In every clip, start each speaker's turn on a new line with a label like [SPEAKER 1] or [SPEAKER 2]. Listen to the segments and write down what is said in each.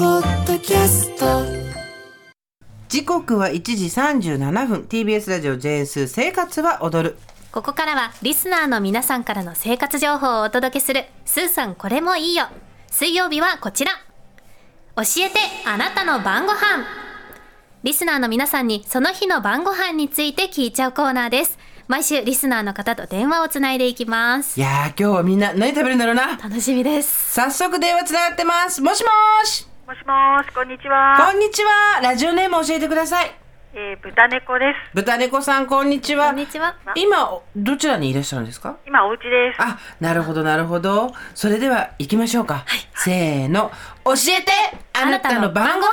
[SPEAKER 1] キャスト
[SPEAKER 2] 時刻は1時37分 TBS ラジオ JS 生活は踊る
[SPEAKER 3] ここからはリスナーの皆さんからの生活情報をお届けするスーさんこれもいいよ水曜日はこちら教えてあなたの晩ご飯リスナーの皆さんにその日の晩ご飯について聞いちゃうコーナーです毎週リスナーの方と電話をつないでいきます
[SPEAKER 2] いやー今日はみんな何食べるんだろうな
[SPEAKER 3] 楽しみです
[SPEAKER 2] 早速電話つながってますもしもーし
[SPEAKER 4] もしもし、こんにちは。
[SPEAKER 2] こんにちはラジオネーム教えてください
[SPEAKER 4] えー、豚猫です。
[SPEAKER 2] 豚猫さんこんにちは
[SPEAKER 3] こんにちは
[SPEAKER 2] 今おどちらにいらっしゃるんですか
[SPEAKER 4] 今、お家です。
[SPEAKER 2] あなるほどなるほどそれでは行きましょうか、せーの教えてあなたの晩ご飯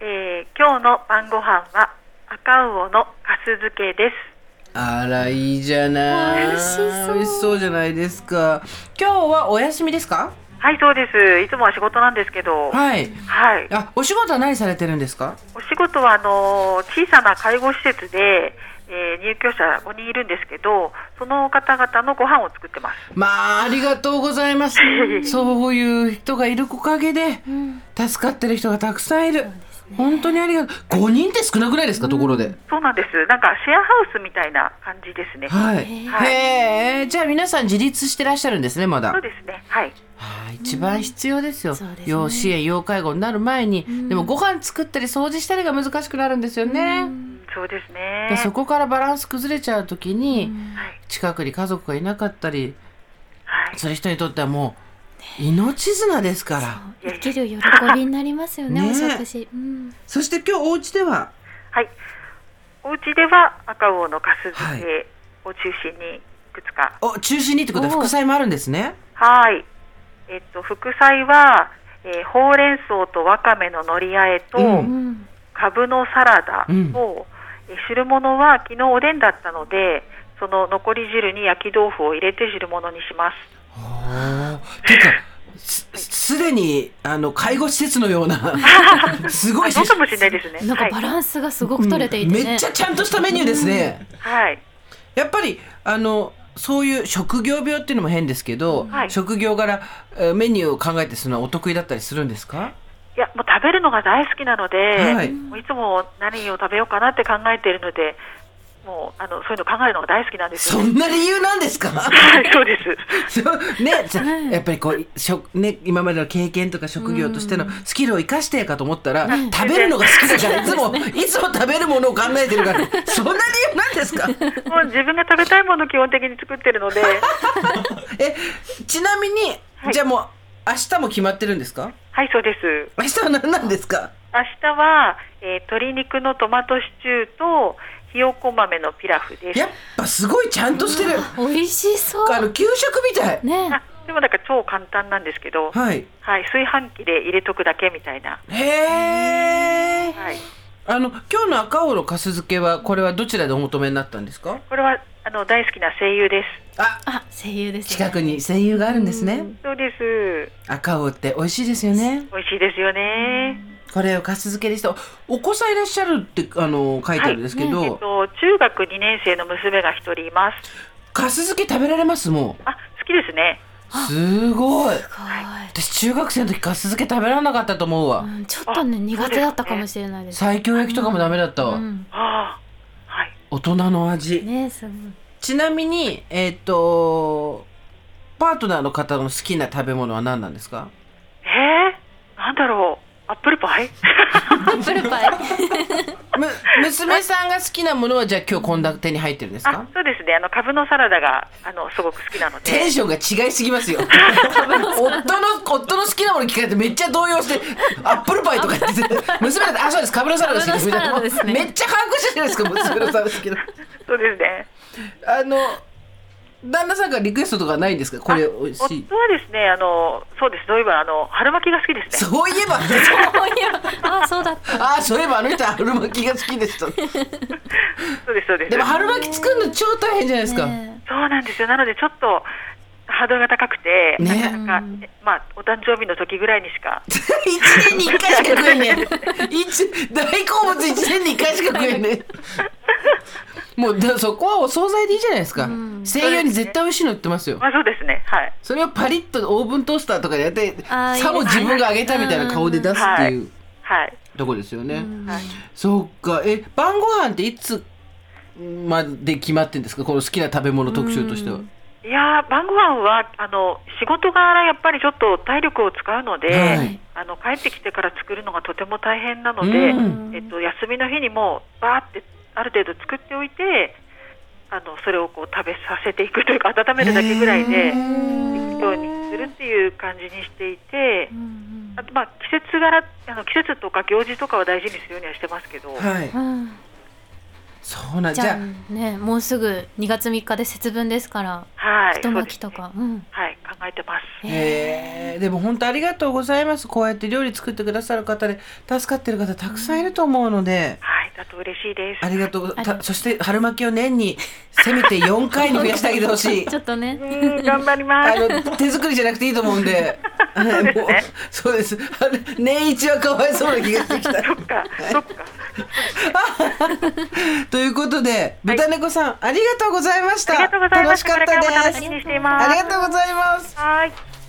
[SPEAKER 4] えー、今日の晩ご飯は赤魚のかす漬けです。
[SPEAKER 2] あらいいじゃない
[SPEAKER 3] 美味しそう
[SPEAKER 2] 美味しそうじゃないですか今日はお休みですか
[SPEAKER 4] はい、そうです。いつもは仕事なんですけど。はい。
[SPEAKER 2] はいあお仕事は何されてるんですか
[SPEAKER 4] お仕事は、あのー小さな介護施設で、えー入居者5人いるんですけど、その方々のご飯を作ってます。
[SPEAKER 2] まあありがとうござい ますそういう人がいるおかげで、助かってる人がたくさんいる、本当にありがとう5人って少なくないですか、ところで
[SPEAKER 4] そうなんです。なんか、シェアハウスみたいな感じですね。
[SPEAKER 2] はい
[SPEAKER 4] はい
[SPEAKER 2] へえじゃあ皆さん自立してらっしゃるんですねまだ
[SPEAKER 4] そうですね。はい。
[SPEAKER 2] はい一番必要ですよ、
[SPEAKER 3] そうですね
[SPEAKER 2] 要支援要介護になる前に、でもご飯作ったり掃除したりが難しくなるんですよね、
[SPEAKER 4] うんそうです
[SPEAKER 2] だ
[SPEAKER 4] ね
[SPEAKER 2] から。そこからバランス崩れちゃう時に、
[SPEAKER 4] はい。
[SPEAKER 2] 近くに家族がいなかったり
[SPEAKER 4] はい。
[SPEAKER 2] する人にとってはもう命綱ですから
[SPEAKER 3] 生きる喜びになりますよね
[SPEAKER 2] ねえ
[SPEAKER 3] お食事、うん、
[SPEAKER 2] そして今日お家では
[SPEAKER 4] はい。お家では赤魚のかす漬
[SPEAKER 2] は
[SPEAKER 4] けを中心にいくつか。
[SPEAKER 2] お中心にってことは
[SPEAKER 3] お
[SPEAKER 2] 副菜もあるんですね
[SPEAKER 4] はい。えっと副菜は、えーほうれん草とわかめののりあえと、
[SPEAKER 2] うん
[SPEAKER 3] うん
[SPEAKER 4] かぶのサラ
[SPEAKER 2] う
[SPEAKER 4] ダを、
[SPEAKER 2] ん
[SPEAKER 4] えー汁物は昨日おでんだったので、その残り汁に焼き豆腐を入れて汁物にします。
[SPEAKER 2] おーてかすすでにあの介護施設のよう なすごい
[SPEAKER 4] そうかもしれないですね。
[SPEAKER 3] なん
[SPEAKER 4] は
[SPEAKER 3] か
[SPEAKER 4] い
[SPEAKER 3] バ。ランスがすごく取れていてね、
[SPEAKER 2] めっちゃちゃんとしたメニューですね、
[SPEAKER 4] はい。
[SPEAKER 2] やっぱりあのそういう職業病っていうのも変ですけど、
[SPEAKER 4] はい
[SPEAKER 2] 職業柄えーメニューを考えてするのはお得意だったりするんですか
[SPEAKER 4] いやもう食べるのが大好きなので、
[SPEAKER 2] はい
[SPEAKER 4] もういつも何を食べようかなって考えているので、もうあのそういうの考えるのが大好きなんです
[SPEAKER 2] そ
[SPEAKER 4] よ、ね。
[SPEAKER 2] んな理由なんですか
[SPEAKER 4] はい、そうです。
[SPEAKER 2] そうね、じゃ
[SPEAKER 3] はい
[SPEAKER 2] やっぱりこうしょ、ね、今までの経験とか職業としてのスキルを生かしてかと思ったら、食べるのが好きだからいつも、いつも食べるものを考えてる からそんな理由なんですか
[SPEAKER 4] もう自分が食べたいものを基本的に作ってる ので、
[SPEAKER 2] えちなみに、
[SPEAKER 4] はい
[SPEAKER 2] じゃあもう明日も決まってるんですか
[SPEAKER 4] はい、そうです。
[SPEAKER 2] 明日は何なんですか
[SPEAKER 4] 明日は、えー鶏肉のトマトシチューとひよこ豆のピラフです
[SPEAKER 2] や。っぱすごいちゃんとしてる。
[SPEAKER 3] 美味しそう
[SPEAKER 2] あの給食みたい。
[SPEAKER 3] ねえ
[SPEAKER 4] あでもなんか超簡単なんですけど、
[SPEAKER 2] はい。
[SPEAKER 4] はい、炊飯器で入れとくだけみたいな。
[SPEAKER 2] へえ。
[SPEAKER 4] はい、
[SPEAKER 2] あの今日の赤おろかす漬けはこれはどちらでお求めになったんですか？
[SPEAKER 4] これはあの大好きな声優です。
[SPEAKER 2] あ、
[SPEAKER 3] あ声優です、ね、
[SPEAKER 2] 近くに声優があるんですね。
[SPEAKER 4] そうです。
[SPEAKER 2] 赤おって美味しいですよね。
[SPEAKER 4] 美味しいですよね。
[SPEAKER 2] これをかす漬けでした。お子さんいらっしゃるってあの書いてあるんですけど、
[SPEAKER 4] えっと中学2年生の娘が1人います。
[SPEAKER 2] かす漬け食べられますも
[SPEAKER 4] あ、好きですね。
[SPEAKER 2] う。すごい。
[SPEAKER 3] は
[SPEAKER 2] 私中学生の時かす漬け食べられなかったと思うわ。
[SPEAKER 3] い、うん、ちょっとね苦手だったかもしれないです。
[SPEAKER 2] 西京焼きとかもダメだったわ。
[SPEAKER 3] うん、
[SPEAKER 4] ああ、はい。
[SPEAKER 2] 大人の味。
[SPEAKER 3] ねすごい。
[SPEAKER 2] ちなみに、えっ、と、パートナーの方の好きな食べ物は何なんですか
[SPEAKER 4] えー、なんだろう。アップルパイ？
[SPEAKER 3] アップルパイ。
[SPEAKER 2] む娘さんが好きなものはじゃあ今日献立に入ってるんです
[SPEAKER 4] あ
[SPEAKER 2] か、
[SPEAKER 4] そうですね。あの株のサラダがあのすごく好きなので。
[SPEAKER 2] テンションが違いすぎますよ夫の夫の好きなもの聞かれてめっちゃ動揺してアップルパイとか言って娘だってあそうですカブラサラダ好きですみたい
[SPEAKER 3] カ
[SPEAKER 2] な、
[SPEAKER 3] ブラサラダですね
[SPEAKER 2] めっちゃ把握してるじゃ ないですか娘のサラダ好きな
[SPEAKER 4] そうですね。
[SPEAKER 2] あの旦那さんからリクエストとかないんですかこれ美味しい
[SPEAKER 4] 夫はですね、あのそうです。そういえばあの春巻きが好きですね。
[SPEAKER 2] そういえば
[SPEAKER 3] そういえばあそうだった。
[SPEAKER 2] あそういえばあの人は春巻きが好きでした
[SPEAKER 4] そうですそうです。
[SPEAKER 2] でも春巻き作るの超大変じゃないですか。
[SPEAKER 3] ね
[SPEAKER 4] そうなんですよ。なのでちょっとハードルが高くて、
[SPEAKER 2] ね
[SPEAKER 4] なかなか、まあ、お誕生日の時ぐらいにしか、
[SPEAKER 2] 1年に1回しか食えねえ 一大好物1年に1回しか食えねえもうだそこはお惣菜でいいじゃないですか西洋に絶対美味しいの売ってますよ
[SPEAKER 4] まあ、そうですね、はい、
[SPEAKER 2] それをパリッとオーブントースターとかでやって
[SPEAKER 3] あー
[SPEAKER 2] さも
[SPEAKER 3] いいです
[SPEAKER 2] 自
[SPEAKER 3] ね
[SPEAKER 2] 分が揚げたみたいな顔で出すっていう
[SPEAKER 4] はい、
[SPEAKER 2] とこですよね
[SPEAKER 4] はい、
[SPEAKER 2] そっかえ晩ご飯っていつまで決まってんですかこの好きな食べ物特集としては。
[SPEAKER 4] いやー晩ご飯はあの仕事柄やっぱりちょっと体力を使うので、
[SPEAKER 2] はい
[SPEAKER 4] あの帰ってきてから作るのがとても大変なので、
[SPEAKER 2] うん
[SPEAKER 4] えっと、休みの日にもうバーってある程度作っておいてあのそれをこう食べさせていくというか温めるだけぐらいで行くようにするっていう感じにしていて。あとまあ季節柄あの季節とか行事とかは大事にするようにはしてますけど、
[SPEAKER 2] はい
[SPEAKER 3] うん
[SPEAKER 2] そうなん
[SPEAKER 3] じ
[SPEAKER 2] じゃ
[SPEAKER 3] ゃ
[SPEAKER 2] あ
[SPEAKER 3] あねもうすぐ2月3日で節分ですから
[SPEAKER 4] はい、
[SPEAKER 3] 太巻きと
[SPEAKER 4] そう
[SPEAKER 3] か、うん
[SPEAKER 4] ですねはい、考えてます。
[SPEAKER 2] えーでも本当ありがとうございますこうやって料理作ってくださる方で助かってる方たくさんいると思うので、
[SPEAKER 4] はい、だと嬉しいです。
[SPEAKER 2] ありがとう
[SPEAKER 3] あり
[SPEAKER 2] たそして春巻きを年にせめて4回に増やしてあげてほ しい
[SPEAKER 3] ちょっとね
[SPEAKER 4] うん 頑張ります
[SPEAKER 2] あ。の手作りじゃなくていいと思うんではいもうそうですあれ年一はかわいそうな気がして きた
[SPEAKER 4] そっか、そっか。
[SPEAKER 2] ということで豚猫さん、ありがとうございまし
[SPEAKER 4] あ
[SPEAKER 2] た
[SPEAKER 4] りがとうございま
[SPEAKER 2] 楽
[SPEAKER 4] す。
[SPEAKER 2] し
[SPEAKER 4] こ
[SPEAKER 2] か
[SPEAKER 4] れ
[SPEAKER 2] っ
[SPEAKER 4] からも
[SPEAKER 2] た
[SPEAKER 4] 楽
[SPEAKER 2] です
[SPEAKER 4] しみにしています。
[SPEAKER 2] ありがとうございます
[SPEAKER 4] はい。